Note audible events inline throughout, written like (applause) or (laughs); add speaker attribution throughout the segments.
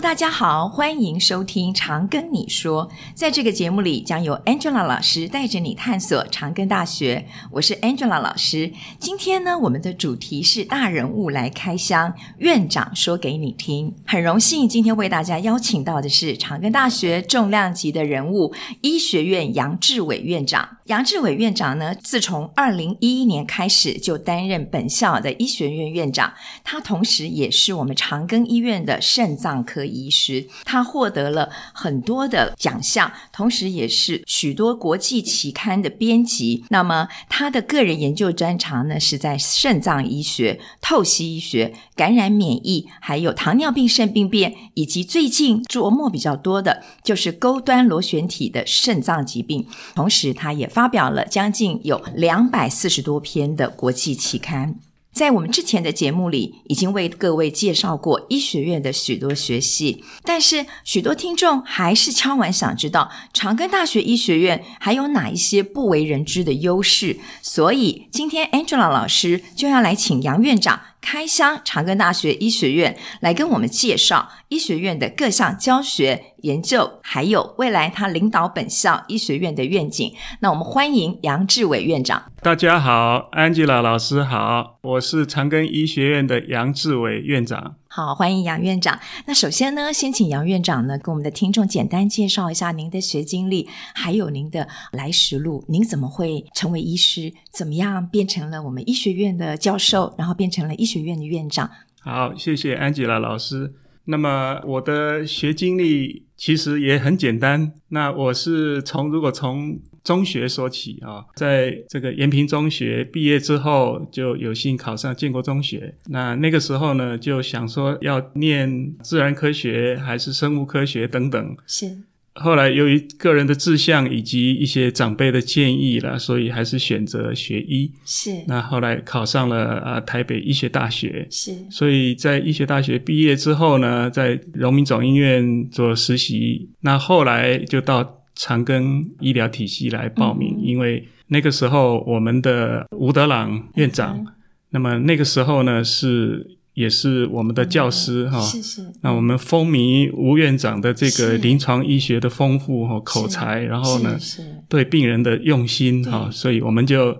Speaker 1: 大家好，欢迎收听《常跟你说》。在这个节目里，将由 Angela 老师带着你探索常庚大学。我是 Angela 老师。今天呢，我们的主题是大人物来开箱，院长说给你听。很荣幸今天为大家邀请到的是常庚大学重量级的人物——医学院杨志伟院长。杨志伟院长呢，自从二零一一年开始就担任本校的医学院院长，他同时也是我们长庚医院的肾脏科医师，他获得了很多的奖项，同时也是许多国际期刊的编辑。那么他的个人研究专长呢是在肾脏医学、透析医学、感染免疫，还有糖尿病肾病变，以及最近琢磨比较多的就是钩端螺旋体的肾脏疾病。同时，他也发表了将近有两百四十多篇的国际期刊。在我们之前的节目里，已经为各位介绍过医学院的许多学系，但是许多听众还是敲完想知道长庚大学医学院还有哪一些不为人知的优势。所以今天 Angela 老师就要来请杨院长开箱长庚大学医学院，来跟我们介绍医学院的各项教学研究，还有未来他领导本校医学院的愿景。那我们欢迎杨志伟院长。
Speaker 2: 大家好，Angela 老师好，我是长庚医学院的杨志伟院长。
Speaker 1: 好，欢迎杨院长。那首先呢，先请杨院长呢，跟我们的听众简单介绍一下您的学经历，还有您的来时路。您怎么会成为医师？怎么样变成了我们医学院的教授，然后变成了医学院的院长？
Speaker 2: 好，谢谢 Angela 老师。那么我的学经历其实也很简单。那我是从如果从中学说起啊，在这个延平中学毕业之后，就有幸考上建国中学。那那个时候呢，就想说要念自然科学还是生物科学等等。
Speaker 1: 是
Speaker 2: 后来由于个人的志向以及一些长辈的建议啦，所以还是选择学医。
Speaker 1: 是
Speaker 2: 那后来考上了啊、呃台北医学大学。
Speaker 1: 是
Speaker 2: 所以在医学大学毕业之后呢，在荣民总医院做实习，那后来就到长庚医疗体系来报名，
Speaker 1: 嗯
Speaker 2: 因为那个时候我们的吴德朗院长，
Speaker 1: 嗯
Speaker 2: 那么那个时候呢是也是我们的教师哈、
Speaker 1: 嗯是是，
Speaker 2: 那我们风靡吴院长的这
Speaker 1: 是
Speaker 2: 个临床医学的丰富和口才，然后呢
Speaker 1: 是是
Speaker 2: 对病人的用心
Speaker 1: 对
Speaker 2: 哈、所以我们就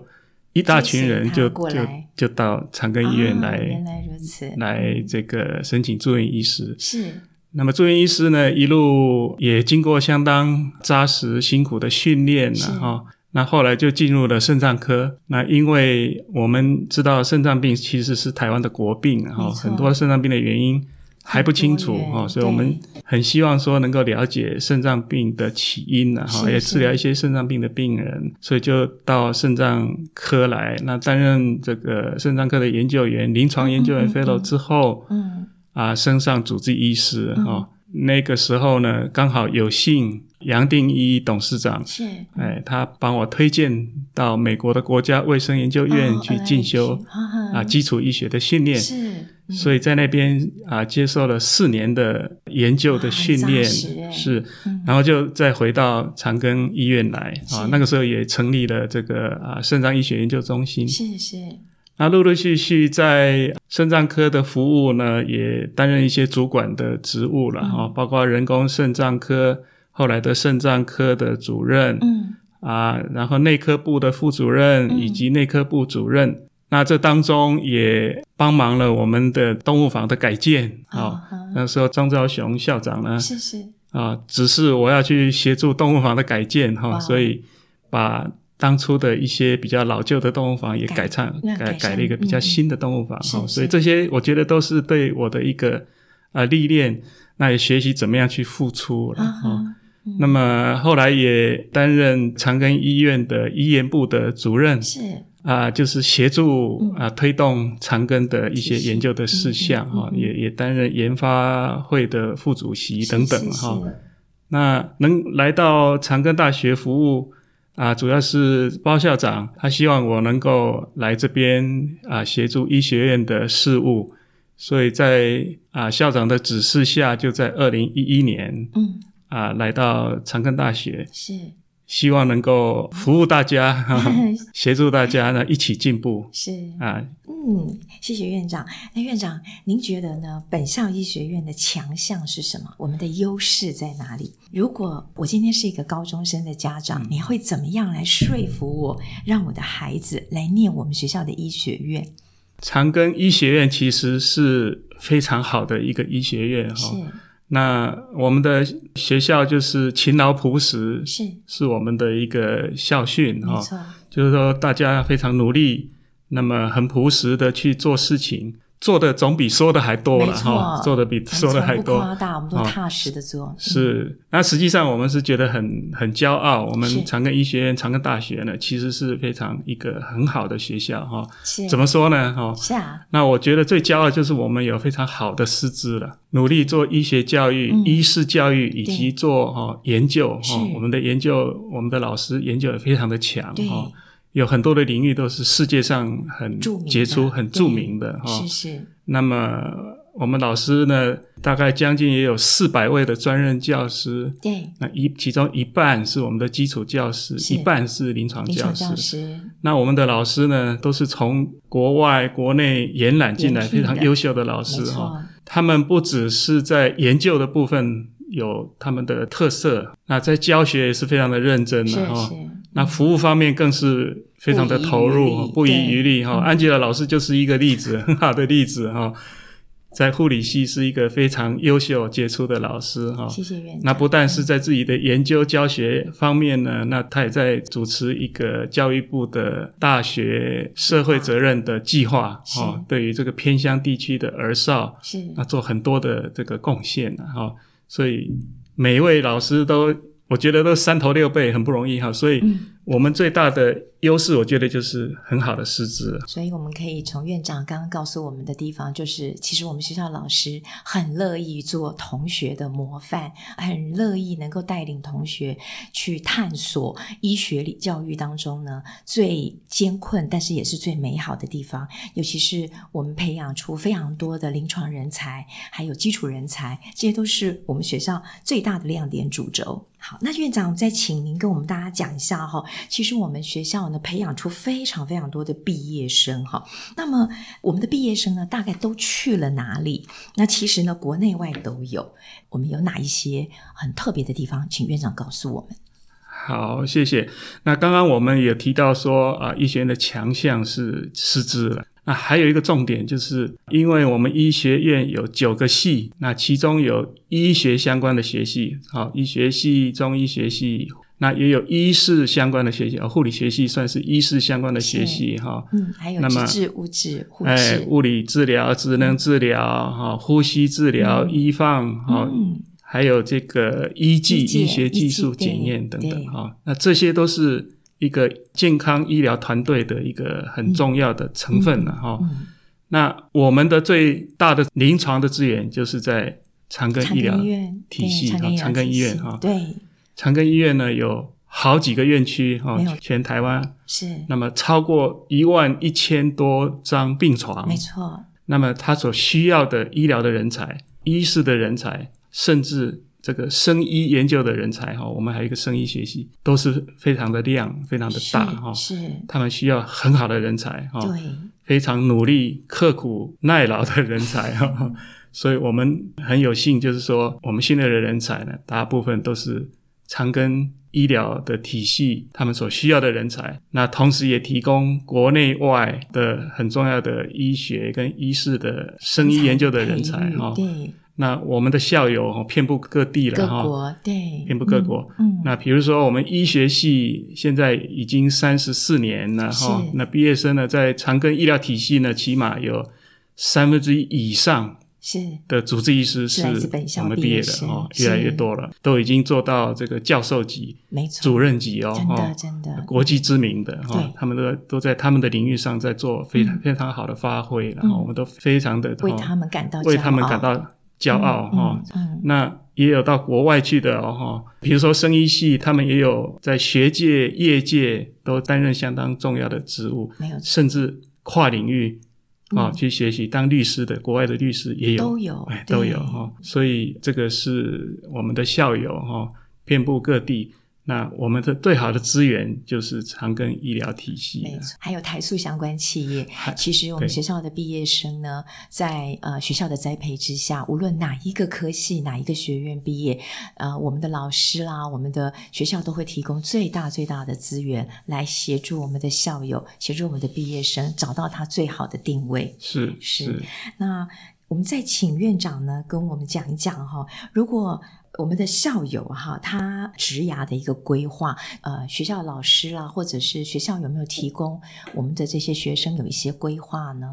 Speaker 2: 一大群人就
Speaker 1: 追随他过
Speaker 2: 就
Speaker 1: 来
Speaker 2: 就到长庚医院
Speaker 1: 啊
Speaker 2: 来、
Speaker 1: 原来如此，
Speaker 2: 来这个申请住院医师。
Speaker 1: 是
Speaker 2: 那么住院医师呢，一路也经过相当扎实、辛苦的训练
Speaker 1: 是
Speaker 2: 然后那后来就进入了肾脏科。那因为我们知道肾脏病其实是台湾的国病，然后
Speaker 1: 没错
Speaker 2: 很多肾脏病的原因还不清楚
Speaker 1: 很多元
Speaker 2: 哦，所以我们很希望说能够了解肾脏病的起因然后
Speaker 1: 是
Speaker 2: 也
Speaker 1: 是
Speaker 2: 治疗一些肾脏病的病人，所以就到肾脏科来，那担任这个肾脏科的研究员、临床研究
Speaker 1: 嗯嗯
Speaker 2: 员
Speaker 1: 嗯嗯
Speaker 2: fellow 之后，
Speaker 1: 嗯
Speaker 2: 啊升上主治医师
Speaker 1: 嗯
Speaker 2: 哦。那个时候呢，刚好有幸杨定一董事长，
Speaker 1: 是
Speaker 2: 哎，他帮我推荐到美国的国家卫生研究
Speaker 1: 哦
Speaker 2: 院去进修、啊基础医学的训练，
Speaker 1: 哎嗯是嗯
Speaker 2: 所以在那边啊接受了四年的研究的训练，
Speaker 1: 哇很扎实哎
Speaker 2: 是
Speaker 1: 嗯，
Speaker 2: 然后就再回到长庚医院来啊
Speaker 1: 是，
Speaker 2: 那个时候也成立了这个啊肾脏医学研究中心，
Speaker 1: 是是
Speaker 2: 那陆陆续续在肾脏科的服务呢，也担任一些主管的职务
Speaker 1: 嗯
Speaker 2: 了哈、包括人工肾脏科后来的肾脏科的主任、
Speaker 1: 嗯
Speaker 2: 啊，然后内科部的副主任
Speaker 1: 嗯
Speaker 2: 以及内科部主任。那这当中也帮忙了我们的动物房的改建啊、
Speaker 1: 啊哈
Speaker 2: 那时候张昭雄校长呢
Speaker 1: 是是
Speaker 2: 啊，只是我要去协助动物房的改建哈、
Speaker 1: 哇
Speaker 2: 所以把当初的一些比较老旧的动物房也改唱
Speaker 1: 那
Speaker 2: 改
Speaker 1: 改善
Speaker 2: 改了一个比较
Speaker 1: 嗯
Speaker 2: 新的动物房哈、
Speaker 1: 是
Speaker 2: 所
Speaker 1: 是
Speaker 2: 以这些我觉得都是对我的一个呃历练，那也学习怎么样去付出了
Speaker 1: 啊哈
Speaker 2: 哈、
Speaker 1: 嗯
Speaker 2: 那么后来也担任长庚医院的医研部的主任
Speaker 1: 是
Speaker 2: 啊、就是协助
Speaker 1: 嗯
Speaker 2: 啊、推动长庚的一些
Speaker 1: 体系
Speaker 2: 研究的事项哈、
Speaker 1: 嗯嗯嗯嗯
Speaker 2: 也也担任研发会的副主席等等
Speaker 1: 是是
Speaker 2: 哈、那能来到长庚大学服务啊，主要是包校长，他希望我能够来这边啊协助医学院的事务，所以在啊校长的指示下，就在二零一一年
Speaker 1: 嗯
Speaker 2: 啊来到长庚大学，
Speaker 1: 是
Speaker 2: 希望能够服务大家，哈哈协助大家呢一起进步
Speaker 1: 是，
Speaker 2: 啊。
Speaker 1: 嗯，谢谢院长。那院长，您觉得呢？本校医学院的强项是什么？我们的优势在哪里？如果我今天是一个高中生的家
Speaker 2: 嗯
Speaker 1: 长，你会怎么样来说服我，让我的孩子来念我们学校的医学院？
Speaker 2: 长庚医学院其实是非常好的一个医学院哈、
Speaker 1: 是
Speaker 2: 那我们的学校就是勤劳朴实，
Speaker 1: 是，
Speaker 2: 是我们的一个校训哈、
Speaker 1: 没错，
Speaker 2: 就是说大家非常努力，那么很朴实的去做事情，做的总比说的还多
Speaker 1: 没
Speaker 2: 了
Speaker 1: 错
Speaker 2: 哈、做的比说的还
Speaker 1: 我们从不
Speaker 2: 多
Speaker 1: 夸。大，我们都
Speaker 2: 哦
Speaker 1: 踏实的做。
Speaker 2: 是，那实际上我们是觉得很很骄傲。我
Speaker 1: 是
Speaker 2: 们长庚医学院、长庚大学呢，其实是非常一个很好的学校哈、
Speaker 1: 嗯是，
Speaker 2: 怎么说呢？哈、
Speaker 1: 是啊？
Speaker 2: 那我觉得最骄傲就是我们有非常好的师资了，努力做医学教育、
Speaker 1: 嗯
Speaker 2: 医师教育以及做哈、哦、研究
Speaker 1: 是
Speaker 2: 哈、哦。我们的研究，我们的老师研究也非常的强
Speaker 1: 对
Speaker 2: 哈、哦，有很多的领域都是世界上很
Speaker 1: 著名的
Speaker 2: 杰出、很
Speaker 1: 对
Speaker 2: 著名的哈、
Speaker 1: 是是，
Speaker 2: 那么我们老师呢，大概将近也有四百位的专任教师。
Speaker 1: 对，
Speaker 2: 那一其中一半是我们的基础教师，
Speaker 1: 是
Speaker 2: 一半是临床
Speaker 1: 临
Speaker 2: 教
Speaker 1: 床教
Speaker 2: 师。
Speaker 1: 师
Speaker 2: 那我们的老师呢，都是从国外、国内延揽进来
Speaker 1: 延聘的
Speaker 2: 非常优秀的老
Speaker 1: 没
Speaker 2: 师哈、
Speaker 1: 错，
Speaker 2: 他们不只是在研究的部分有他们的特色，那在教学也是非常的认真
Speaker 1: 是
Speaker 2: 的哈、
Speaker 1: 是，
Speaker 2: 哦
Speaker 1: 嗯
Speaker 2: 那服务方面更是非常的投入，
Speaker 1: 不
Speaker 2: 不
Speaker 1: 遗余
Speaker 2: 遗
Speaker 1: 嗯
Speaker 2: 余力哈。安吉拉老师就是一个例子，很好的例子哈。在护理系是一个非常优秀、杰出的老师哈。
Speaker 1: 谢谢院长。
Speaker 2: 那不但是在自己的研究教学方面呢，那他也在主持一个教育部的大学社会责任的计划
Speaker 1: 是
Speaker 2: 哦，对于这个偏乡地区的儿少，
Speaker 1: 是
Speaker 2: 那做很多的这个贡献啊哈、所以每一位老师都，我觉得都三头六臂，很不容易哈、所以
Speaker 1: 嗯
Speaker 2: 我们最大的优势，我觉得就是很好的师资。啊
Speaker 1: 所以我们可以从院长刚刚告诉我们的地方，就是其实我们学校老师很乐意做同学的模范，很乐意能够带领同学去探索医学里教育当中呢最艰困，但是也是最美好的地方。尤其是我们培养出非常多的临床人才，还有基础人才，这些都是我们学校最大的亮点主轴。好，那院长，我再请您跟我们大家讲一下哈、其实我们学校呢培养出非常非常多的毕业生哈、那么我们的毕业生呢大概都去了哪里？那其实呢国内外都有，我们有哪一些很特别的地方？请院长告诉我们。
Speaker 2: 好，谢谢。那刚刚我们也提到说啊、医学院的强项是师资了。那还有一个重点就是，因为我们医学院有九个系，那其中有医学相关的学系，好、医学系、中医学系，那也有医事相关的学系，哦，护理学系算是医事相关的学系哈。
Speaker 1: 嗯，还有
Speaker 2: 那
Speaker 1: 机
Speaker 2: 么
Speaker 1: 制、物质、护
Speaker 2: 哎，
Speaker 1: 士，
Speaker 2: 物理治疗、职能治疗、哈、呼吸治疗、
Speaker 1: 嗯
Speaker 2: 医放，哈、
Speaker 1: 嗯，
Speaker 2: 还有这个医技、
Speaker 1: 医界
Speaker 2: 医学技术
Speaker 1: 医技
Speaker 2: 检验等
Speaker 1: 对
Speaker 2: 等哈、那这些都是一个健康医疗团队的一个很重要的成分了哈、
Speaker 1: 嗯，
Speaker 2: 那我们的最大的临床的资源就是在长庚
Speaker 1: 长
Speaker 2: 医疗
Speaker 1: 庚医院
Speaker 2: 体系
Speaker 1: 对
Speaker 2: 哈，长庚医院
Speaker 1: 体
Speaker 2: 啊
Speaker 1: 系
Speaker 2: 哈，
Speaker 1: 对，
Speaker 2: 长庚医院呢有好几个院区哈
Speaker 1: 没有，
Speaker 2: 全台湾，
Speaker 1: 是
Speaker 2: 那么超过一万一千多张病床
Speaker 1: 没，错，
Speaker 2: 那么他所需要的医疗的人才、医师的人才，甚至这个生医研究的人才哈，我们还有一个生医学系，都是非常的量、非常的大哈。哦
Speaker 1: 是是，
Speaker 2: 他们需要很好的人才哈，
Speaker 1: 对，
Speaker 2: 非常努力、刻苦、耐劳的人才哈。 (laughs) 所以我们很有幸，就是说我们训练的人才呢，大部分都是长庚医疗的体系他们所需要的人才。那同时也提供国内外的很重要的医学跟医事的生医研究的人才
Speaker 1: 培育
Speaker 2: 哈、
Speaker 1: 对，
Speaker 2: 那我们的校友哦遍布各地
Speaker 1: 各
Speaker 2: 了哈、
Speaker 1: 国对，
Speaker 2: 遍布各国。
Speaker 1: 嗯，嗯，
Speaker 2: 那比如说，我们医学系现在已经三十四年了
Speaker 1: 是
Speaker 2: 哈，那毕业生呢，在长庚医疗体系呢，起码有三分之一以上
Speaker 1: 是
Speaker 2: 的主治医师
Speaker 1: 是
Speaker 2: 是
Speaker 1: 来自本校
Speaker 2: 我们
Speaker 1: 毕
Speaker 2: 毕
Speaker 1: 业
Speaker 2: 业
Speaker 1: 生
Speaker 2: 的哦，
Speaker 1: 是
Speaker 2: 越来越多了，都已经做到这个教授级、
Speaker 1: 没错，
Speaker 2: 主任级哦，
Speaker 1: 真的
Speaker 2: 哦，
Speaker 1: 真的，
Speaker 2: 国际知名的哈、
Speaker 1: 对
Speaker 2: 他们都都在他们的领域上在做非常、非常好的发挥，然后、
Speaker 1: 嗯
Speaker 2: 我们都非常的哦
Speaker 1: 为他们感到
Speaker 2: 为他们
Speaker 1: 骄傲
Speaker 2: 感到骄傲哈、哦，
Speaker 1: 嗯，
Speaker 2: 那也有到国外去的哦，哈，比如说生医系，他们也有在学界、业界都担任相当重要的职务，
Speaker 1: 没有
Speaker 2: 甚至跨领域啊、
Speaker 1: 嗯
Speaker 2: 去学习当律师的，国外的律师也有，
Speaker 1: 都有
Speaker 2: 哎，
Speaker 1: 对
Speaker 2: 都有哈、所以这个是我们的校友哈、遍布各地。那我们的最好的资源就是长庚医疗体系啊
Speaker 1: 没
Speaker 2: 了。
Speaker 1: 错，还有台塑相关企业
Speaker 2: 还。
Speaker 1: 其实我们
Speaker 2: 对
Speaker 1: 学校的毕业生呢，在呃学校的栽培之下，无论哪一个科系、哪一个学院毕业，呃，我们的老师啦，我们的学校都会提供最大最大的资源来协助我们的校友，协助我们的毕业生找到他最好的定位。
Speaker 2: 是
Speaker 1: 是
Speaker 2: 是，
Speaker 1: 那我们再请院长呢，跟我们讲一讲哈、如果我们的校友啊哈、他职涯的一个规划，呃，学校老师啦，或者是学校有没有提供我们的这些学生有一些规划呢？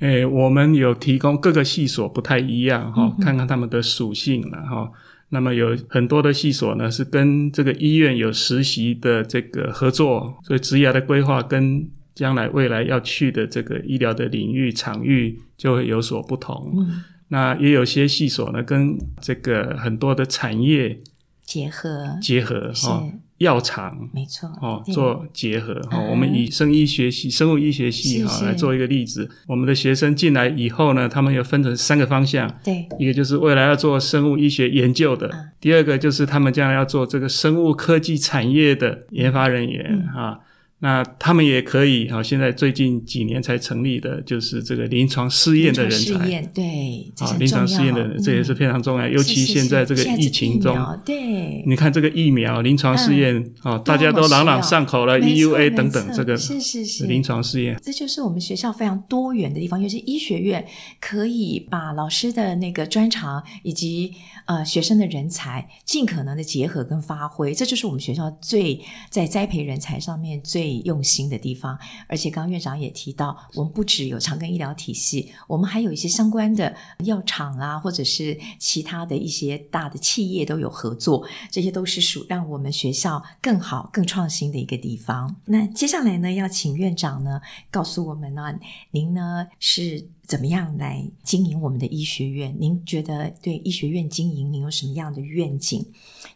Speaker 2: 诶，我们有提供各个系所不太一样哈、
Speaker 1: 嗯哼
Speaker 2: 看看他们的属性了哈、那么有很多的系所呢是跟这个医院有实习的这个合作，所以职涯的规划跟将来未来要去的这个医疗的领域场域就会有所不同。
Speaker 1: 嗯，
Speaker 2: 那也有些系所呢跟这个很多的产业
Speaker 1: 结合
Speaker 2: 结合
Speaker 1: 是
Speaker 2: 哈、药厂
Speaker 1: 没错
Speaker 2: 哦，
Speaker 1: 对
Speaker 2: 做结合哈、
Speaker 1: 嗯
Speaker 2: 我们以生医学系、生物医学系
Speaker 1: 是
Speaker 2: 哈、
Speaker 1: 是
Speaker 2: 来做一个例子。我们的学生进来以后呢，他们有分成三个方向，
Speaker 1: 对
Speaker 2: 一个就是未来要做生物医学研究的，
Speaker 1: 嗯
Speaker 2: 第二个就是他们将来要做这个生物科技产业的研发人员
Speaker 1: 嗯
Speaker 2: 哈、啊那他们也可以哈、现在最近几年才成立的，就是这个临床试验的人
Speaker 1: 临床试
Speaker 2: 才。
Speaker 1: 验对，这是
Speaker 2: 啊，
Speaker 1: 很
Speaker 2: 临床
Speaker 1: 重
Speaker 2: 试
Speaker 1: 要
Speaker 2: 验
Speaker 1: 嗯
Speaker 2: 的人，这也是非常重要，尤其
Speaker 1: 是是是
Speaker 2: 现在这个
Speaker 1: 现在
Speaker 2: 疫情中，
Speaker 1: 苗对。
Speaker 2: 你看这个疫苗临床试验
Speaker 1: 嗯
Speaker 2: 啊、哦，大家都朗朗上口了
Speaker 1: 没错
Speaker 2: ，EUA E 等
Speaker 1: 没
Speaker 2: 等，
Speaker 1: 错
Speaker 2: 这个
Speaker 1: 是是是
Speaker 2: 临床试验
Speaker 1: 这就是我们学校非常多元的地方，尤其医学院可以把老师的那个专长以及呃学生的人才尽可能的结合跟发挥，这就是我们学校最在栽培人才上面最用心的地方。而且刚刚院长也提到，我们不只有长庚医疗体系，我们还有一些相关的药厂啦、或者是其他的一些大的企业都有合作，这些都是属让我们学校更好、更创新的一个地方。那接下来呢，要请院长呢告诉我们呢、啊您呢是怎么样来经营我们的医学院？您觉得对医学院经营，您有什么样的愿景？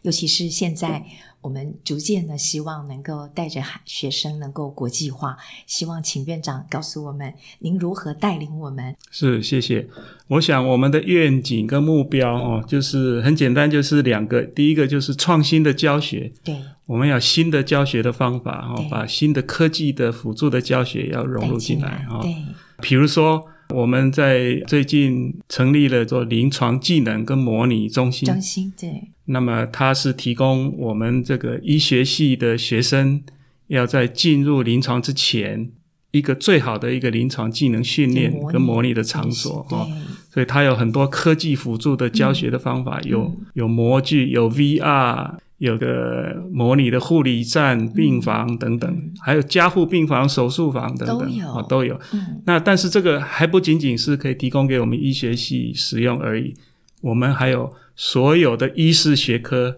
Speaker 1: 尤其是现在
Speaker 2: 嗯
Speaker 1: 我们逐渐呢，希望能够带着孩学生能够国际化，希望请院长告诉我们，您如何带领我们？
Speaker 2: 是谢谢。我想我们的愿景跟目标哦，就是很简单，就是两个，第一个就是创新的教学，
Speaker 1: 对，
Speaker 2: 我们要有新的教学的方法哦
Speaker 1: 对，
Speaker 2: 把新的科技的辅助的教学要融
Speaker 1: 带
Speaker 2: 入
Speaker 1: 进
Speaker 2: 进来哦。
Speaker 1: 对，
Speaker 2: 比如说，我们在最近成立了做临床技能跟模拟中心，
Speaker 1: 中心对，
Speaker 2: 那么它是提供我们这个医学系的学生要在进入临床之前一个最好的一个临床技能训练
Speaker 1: 模拟
Speaker 2: 跟模拟的场所
Speaker 1: 对
Speaker 2: 哦，所以它有很多科技辅助的教学的方法，
Speaker 1: 嗯
Speaker 2: 有有模具，有 VR。有个模拟的护理站、病房等等，
Speaker 1: 嗯
Speaker 2: 还有加护病房、手术房等等，
Speaker 1: 都有
Speaker 2: 哦、都有。
Speaker 1: 嗯，
Speaker 2: 那但是这个还不仅仅是可以提供给我们医学系使用而已，我们还有所有的医师学科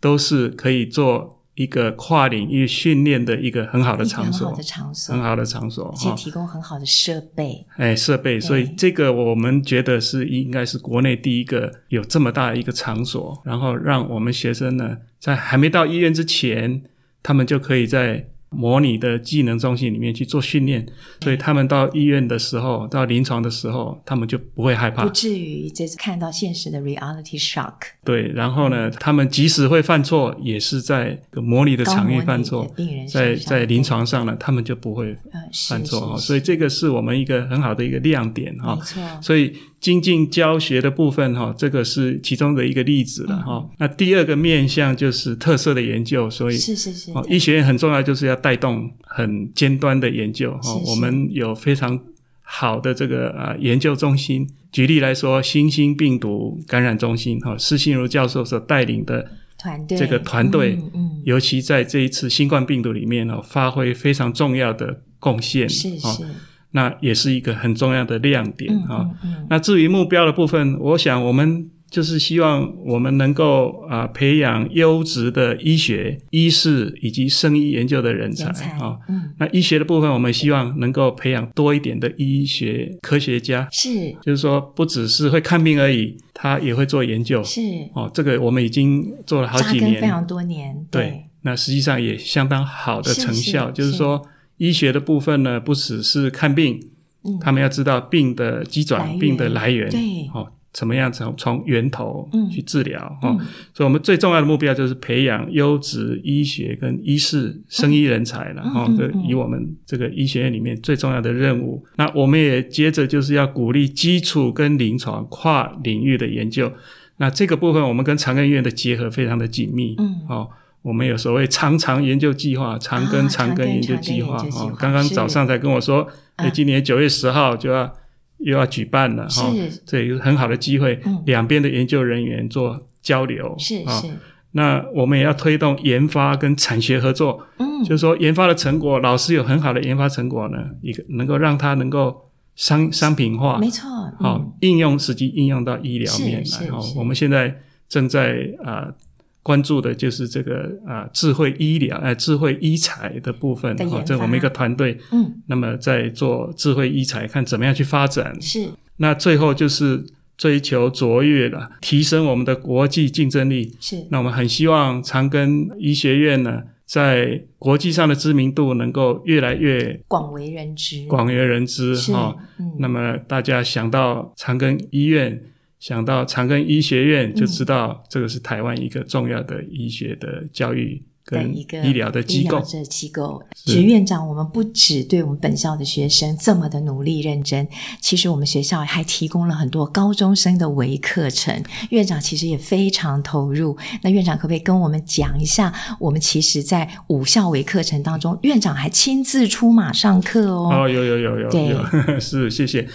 Speaker 2: 都是可以做一个跨领域训练的一个很好的
Speaker 1: 一个
Speaker 2: 场
Speaker 1: 很好
Speaker 2: 所
Speaker 1: 的，场所，
Speaker 2: 很好的场所
Speaker 1: 而且
Speaker 2: 哈。
Speaker 1: 提供很好的设备，
Speaker 2: 哎，设备，所以这个我们觉得是应该是国内第一个有这么大的一个场所，然后让我们学生呢，在还没到医院之前，他们就可以在模拟的技能中心里面去做训练，所以他们到医院的时候，到临床的时候，他们就不会害
Speaker 1: 不
Speaker 2: 怕。
Speaker 1: 至于这次看到现实的 reality shock，
Speaker 2: 对，然后呢，他们即使会犯错，也是在模拟的
Speaker 1: 高
Speaker 2: 场
Speaker 1: 模
Speaker 2: 域
Speaker 1: 拟
Speaker 2: 犯
Speaker 1: 的
Speaker 2: 错，
Speaker 1: 病人
Speaker 2: 在
Speaker 1: 身上
Speaker 2: 在临，床上呢，他们就不会
Speaker 1: 对呃，是
Speaker 2: 犯错
Speaker 1: 是
Speaker 2: 哈，
Speaker 1: 是
Speaker 2: 所以这个是我们一个很好的一个亮点哈。
Speaker 1: 没错，
Speaker 2: 所以精进教学的部分哈、这个是其中的一个例子了
Speaker 1: 嗯
Speaker 2: 哈、那第二个面向就是特色的研究，所以
Speaker 1: 是是是，
Speaker 2: 哦，医学院很重要，就是要带动很尖端的研究哈、
Speaker 1: 是是
Speaker 2: 我们有非常好的这个呃研究中心，举例来说，新兴病毒感染中心哈、施信如教授所带领的
Speaker 1: 团队
Speaker 2: 这个团队
Speaker 1: 嗯嗯，
Speaker 2: 尤其在这一次新冠病毒里面哦，发挥非常重要的贡献，
Speaker 1: 是
Speaker 2: 哦
Speaker 1: 是，
Speaker 2: 那也是一个很重要的亮点
Speaker 1: 嗯
Speaker 2: 啊、
Speaker 1: 嗯嗯，
Speaker 2: 那至于目标的部分，我想我们就是希望我们能够啊、培养优质的医学、医事以及生医研究的人才
Speaker 1: 人才
Speaker 2: 啊、
Speaker 1: 嗯，
Speaker 2: 那医学的部分，我们希望能够培养多一点的医学科学家，
Speaker 1: 是
Speaker 2: 就是说不只是会看病而已，他也会做研究。
Speaker 1: 是，
Speaker 2: 哦，这个我们已经做了好
Speaker 1: 扎
Speaker 2: 几
Speaker 1: 根非
Speaker 2: 年，
Speaker 1: 常多年，
Speaker 2: 对，那实际上也相当好的
Speaker 1: 是
Speaker 2: 成
Speaker 1: 是
Speaker 2: 效。就是
Speaker 1: 是
Speaker 2: 说，医学的部分呢，不只是看病，
Speaker 1: 嗯，
Speaker 2: 他们要知道病的机
Speaker 1: 来
Speaker 2: 转、
Speaker 1: 源
Speaker 2: 病的来源，
Speaker 1: 对
Speaker 2: 哦，怎么样从从源头
Speaker 1: 嗯
Speaker 2: 去治疗
Speaker 1: 嗯
Speaker 2: 哦。所以我们最重要的目标就是培养优质医学跟医师生医人才了
Speaker 1: 嗯
Speaker 2: 哈
Speaker 1: 嗯。
Speaker 2: 这、
Speaker 1: 嗯
Speaker 2: 以我们这个医学院里面最重要的任务。那我们也接着就是要鼓励基础跟临床跨领域的研究。那这个部分我们跟长庚医院的结合非常的紧密，
Speaker 1: 嗯
Speaker 2: 哦。我们有所谓长长研究计划，长
Speaker 1: 啊
Speaker 2: 庚长
Speaker 1: 长庚
Speaker 2: 庚研究
Speaker 1: 长庚
Speaker 2: 计
Speaker 1: 研
Speaker 2: 划
Speaker 1: 究计划
Speaker 2: 哦，刚刚
Speaker 1: 是
Speaker 2: 早上才跟我说，哎，
Speaker 1: 嗯
Speaker 2: 今年九月十号就要又要举办了哈，
Speaker 1: 是
Speaker 2: 这也是很好的机会，
Speaker 1: 嗯
Speaker 2: 两边的研究人员做交流。
Speaker 1: 是
Speaker 2: 啊
Speaker 1: 是，
Speaker 2: 那我们也要推动研发跟产学合作，
Speaker 1: 嗯，
Speaker 2: 就是说研发的成果，老师有很好的研发成果呢，一个能够让它能够商商品化，
Speaker 1: 没错，
Speaker 2: 好、
Speaker 1: 嗯
Speaker 2: 应用实际应用到医疗
Speaker 1: 是
Speaker 2: 面
Speaker 1: 是
Speaker 2: 来。哦
Speaker 1: 是，
Speaker 2: 我们现在正在啊、呃关注的就是这个啊、呃智慧医疗呃智慧医材的部分
Speaker 1: 的。研
Speaker 2: 这我
Speaker 1: 发
Speaker 2: 们一个团队，
Speaker 1: 嗯
Speaker 2: 那么在做智慧医材，看怎么样去发展。
Speaker 1: 是
Speaker 2: 那最后就是追求卓越了，提升我们的国际竞争力。
Speaker 1: 是
Speaker 2: 那我们很希望长庚医学院呢，在国际上的知名度能够越来越
Speaker 1: 广为人知，
Speaker 2: 广为人知哦
Speaker 1: 是
Speaker 2: 哈、
Speaker 1: 嗯
Speaker 2: 那么大家想到长庚医院，想到长庚医学院，就知道这个是台湾一个重要的医学的教育
Speaker 1: 的
Speaker 2: 跟
Speaker 1: 一个
Speaker 2: 医疗的机构。
Speaker 1: 这机构，
Speaker 2: 是
Speaker 1: 职院长，我们不只对我们本校的学生这么的努力认真，其实我们学校还提供了很多高中生的微课程。院长其实也非常投入。那院长可不可以跟我们讲一下，我们其实在五校微课程当中，院长还亲自出马上课哦。
Speaker 2: 哦，有有有有
Speaker 1: 对
Speaker 2: 有， (laughs) 是谢谢。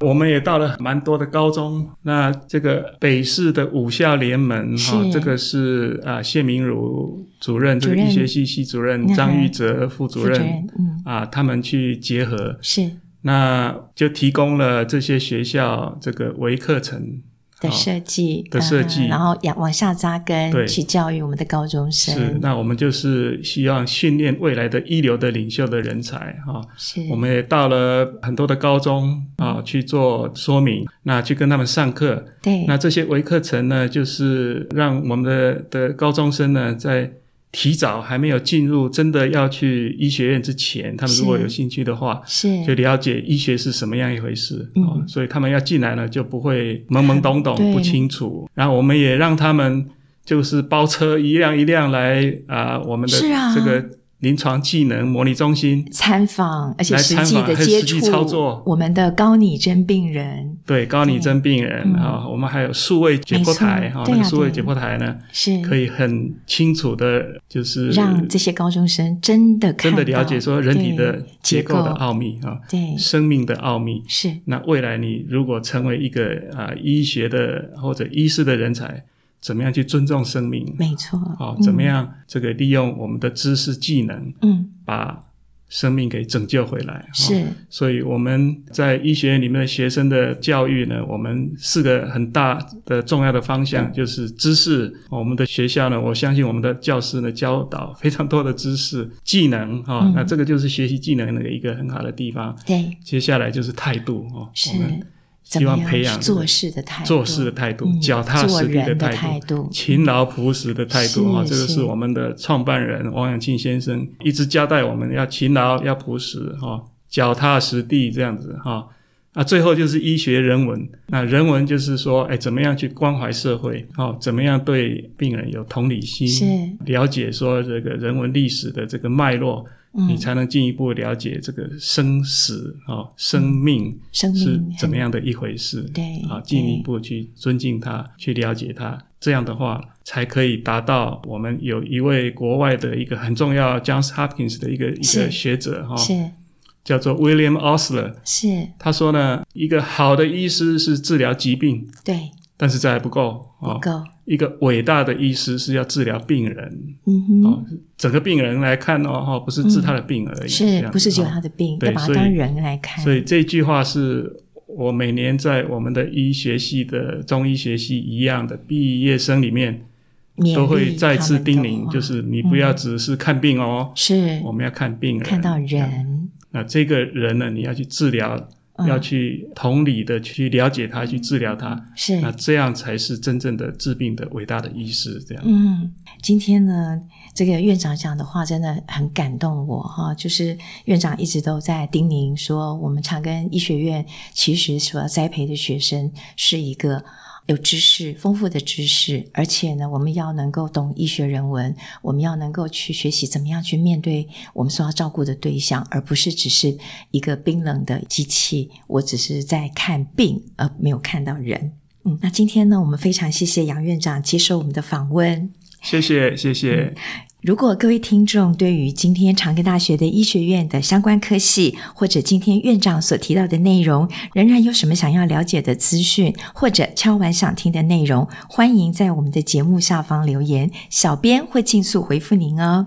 Speaker 2: 我们也到了蛮多的高中，那这个北市的五校联盟哈、
Speaker 1: 是
Speaker 2: 这个是啊、谢明儒主任，
Speaker 1: 主
Speaker 2: 这个
Speaker 1: 任
Speaker 2: 医学系系主任
Speaker 1: 嗯哼
Speaker 2: 张玉哲副
Speaker 1: 副
Speaker 2: 主任
Speaker 1: 嗯，
Speaker 2: 啊、他们去结合，
Speaker 1: 是
Speaker 2: 那就提供了这些学校这个微课程
Speaker 1: 的
Speaker 2: 哦
Speaker 1: 设计
Speaker 2: 的设计
Speaker 1: 嗯然后往往下扎根
Speaker 2: 对
Speaker 1: 去教育我们的高中
Speaker 2: 是
Speaker 1: 生，。
Speaker 2: 那我们就是希望训练未来的一流的领袖的人才哈、
Speaker 1: 是
Speaker 2: 我们也到了很多的高中啊、去做说明，那去跟他们上课。
Speaker 1: 对
Speaker 2: 那这些微课程呢，就是让我们的的高中生呢，在提早还没有进入真的要去医学院之前，他们如果
Speaker 1: 是
Speaker 2: 有兴趣的话，
Speaker 1: 是
Speaker 2: 就了解医学是什么样一回事、
Speaker 1: 嗯
Speaker 2: 哦，所以他们要进来呢，就不会懵懵懂懂、
Speaker 1: 对
Speaker 2: 不清楚。然后我们也让他们就是包车一辆一辆来啊、我们的
Speaker 1: 是啊
Speaker 2: 这个临床技能模拟中心。
Speaker 1: 参访，而且
Speaker 2: 来
Speaker 1: 实
Speaker 2: 参
Speaker 1: 际
Speaker 2: 访
Speaker 1: 的
Speaker 2: 还有
Speaker 1: 接
Speaker 2: 实际
Speaker 1: 触
Speaker 2: 操作
Speaker 1: 我们的高拟真病人，
Speaker 2: 对高拟真病人
Speaker 1: 嗯
Speaker 2: 啊、我们还有数位解剖台
Speaker 1: 没错
Speaker 2: 哈、
Speaker 1: 对啊
Speaker 2: 那个数
Speaker 1: 对
Speaker 2: 位
Speaker 1: 啊
Speaker 2: 解剖台呢，
Speaker 1: 是
Speaker 2: 可以很清楚的，就是
Speaker 1: 让这些高中生真的看
Speaker 2: 真
Speaker 1: 到
Speaker 2: 的了解说人体的
Speaker 1: 对
Speaker 2: 结
Speaker 1: 结
Speaker 2: 构的奥秘啊，
Speaker 1: 对
Speaker 2: 生命的奥秘。
Speaker 1: 是
Speaker 2: 那未来你如果成为一个啊、医学的或者医师的人才，怎么样去尊重生命？
Speaker 1: 没错
Speaker 2: 哦，
Speaker 1: 嗯
Speaker 2: 怎么样这个利用我们的知识技能，
Speaker 1: 嗯
Speaker 2: 把生命给拯救回来？哦
Speaker 1: 是
Speaker 2: 所以我们在医学院里面的学生的教育呢，我们四个很大的重要的方向
Speaker 1: 嗯
Speaker 2: 就是知识。我们的学校呢，我相信我们的教师呢教导非常多的知识、技能哈、
Speaker 1: 嗯
Speaker 2: 那这个就是学习技能的一个很好的地方。
Speaker 1: 对
Speaker 2: 接下来就是态度哦，我们
Speaker 1: 是怎
Speaker 2: 希
Speaker 1: 么
Speaker 2: 望
Speaker 1: 样
Speaker 2: 培养
Speaker 1: 做事的态度，
Speaker 2: 做事的态度、
Speaker 1: 嗯
Speaker 2: 脚踏
Speaker 1: 做
Speaker 2: 实地
Speaker 1: 人
Speaker 2: 态
Speaker 1: 态度
Speaker 2: 勤劳朴实的态度啊、
Speaker 1: 是
Speaker 2: 这个
Speaker 1: 是
Speaker 2: 是我们的创办人王永庆先生一直交代我们要勤劳、要朴实哈、脚踏实地这样子哈、啊，最后就是医学人文。那人文就是说，哎，怎么样去关怀社会？哦，怎么样对病人有同理心？
Speaker 1: 是
Speaker 2: 了解说这个人文历史的这个脉络，你
Speaker 1: 嗯
Speaker 2: 才能进一步了解这个生死哦，生命
Speaker 1: 嗯生
Speaker 2: 是
Speaker 1: 命
Speaker 2: 怎么
Speaker 1: 很
Speaker 2: 样的一回事？
Speaker 1: 对
Speaker 2: 啊，
Speaker 1: 对
Speaker 2: 进一步去尊敬它，去了解它，这样的话才可以达到我们有一位国外的一个很重要 Johns Hopkins 的一个一
Speaker 1: 是
Speaker 2: 个学者哈、
Speaker 1: 是
Speaker 2: 叫做 William Osler。
Speaker 1: 是
Speaker 2: 他说呢，一个好的医师是治疗疾病，
Speaker 1: 对
Speaker 2: 但是这还不够
Speaker 1: 不
Speaker 2: 哦。
Speaker 1: 够
Speaker 2: 一个伟大的医师是要治疗病人，
Speaker 1: 嗯哼
Speaker 2: 哦整个病人来看哦，哈、不是治他的病而已，这
Speaker 1: 嗯是
Speaker 2: 样
Speaker 1: 不是
Speaker 2: 子
Speaker 1: 只有
Speaker 2: 哦
Speaker 1: 他的病，
Speaker 2: 对
Speaker 1: 要把他
Speaker 2: 所以
Speaker 1: 当人来看
Speaker 2: 所以这句话是我每年在我们的医学系的中医学系一样的毕业生里面
Speaker 1: 勉
Speaker 2: 都会
Speaker 1: 励
Speaker 2: 再
Speaker 1: 他
Speaker 2: 次
Speaker 1: 们的啊
Speaker 2: 叮咛，
Speaker 1: 话
Speaker 2: 就是你不要只是看病哦，
Speaker 1: 是
Speaker 2: 我们要看病人，
Speaker 1: 看到。人
Speaker 2: 那这个人呢，你要去治疗
Speaker 1: 嗯
Speaker 2: 要去同理的去了解他，去治疗他。
Speaker 1: 是
Speaker 2: 那这样才是真正的治病的伟大的医师。这样，
Speaker 1: 嗯，今天呢，这个院长讲的话真的很感动我哈。就是院长一直都在叮咛说，我们长庚医学院其实所要栽培的学生是一个。有知识，丰富的知识，而且呢，我们要能够懂医学人文，我们要能够去学习怎么样去面对我们所要照顾的对象，而不是只是一个冰冷的机器。我只是在看病，而没有看到人。嗯，那今天呢，我们非常谢谢杨院长接受我们的访问。
Speaker 2: 谢谢，谢
Speaker 1: 嗯
Speaker 2: 谢，
Speaker 1: 如果各位听众对于今天长庚大学的医学院的相关科系，或者今天院长所提到的内容，仍然有什么想要了解的资讯，或者敲完想听的内容，欢迎在我们的节目下方留言，小编会尽速回复您哦。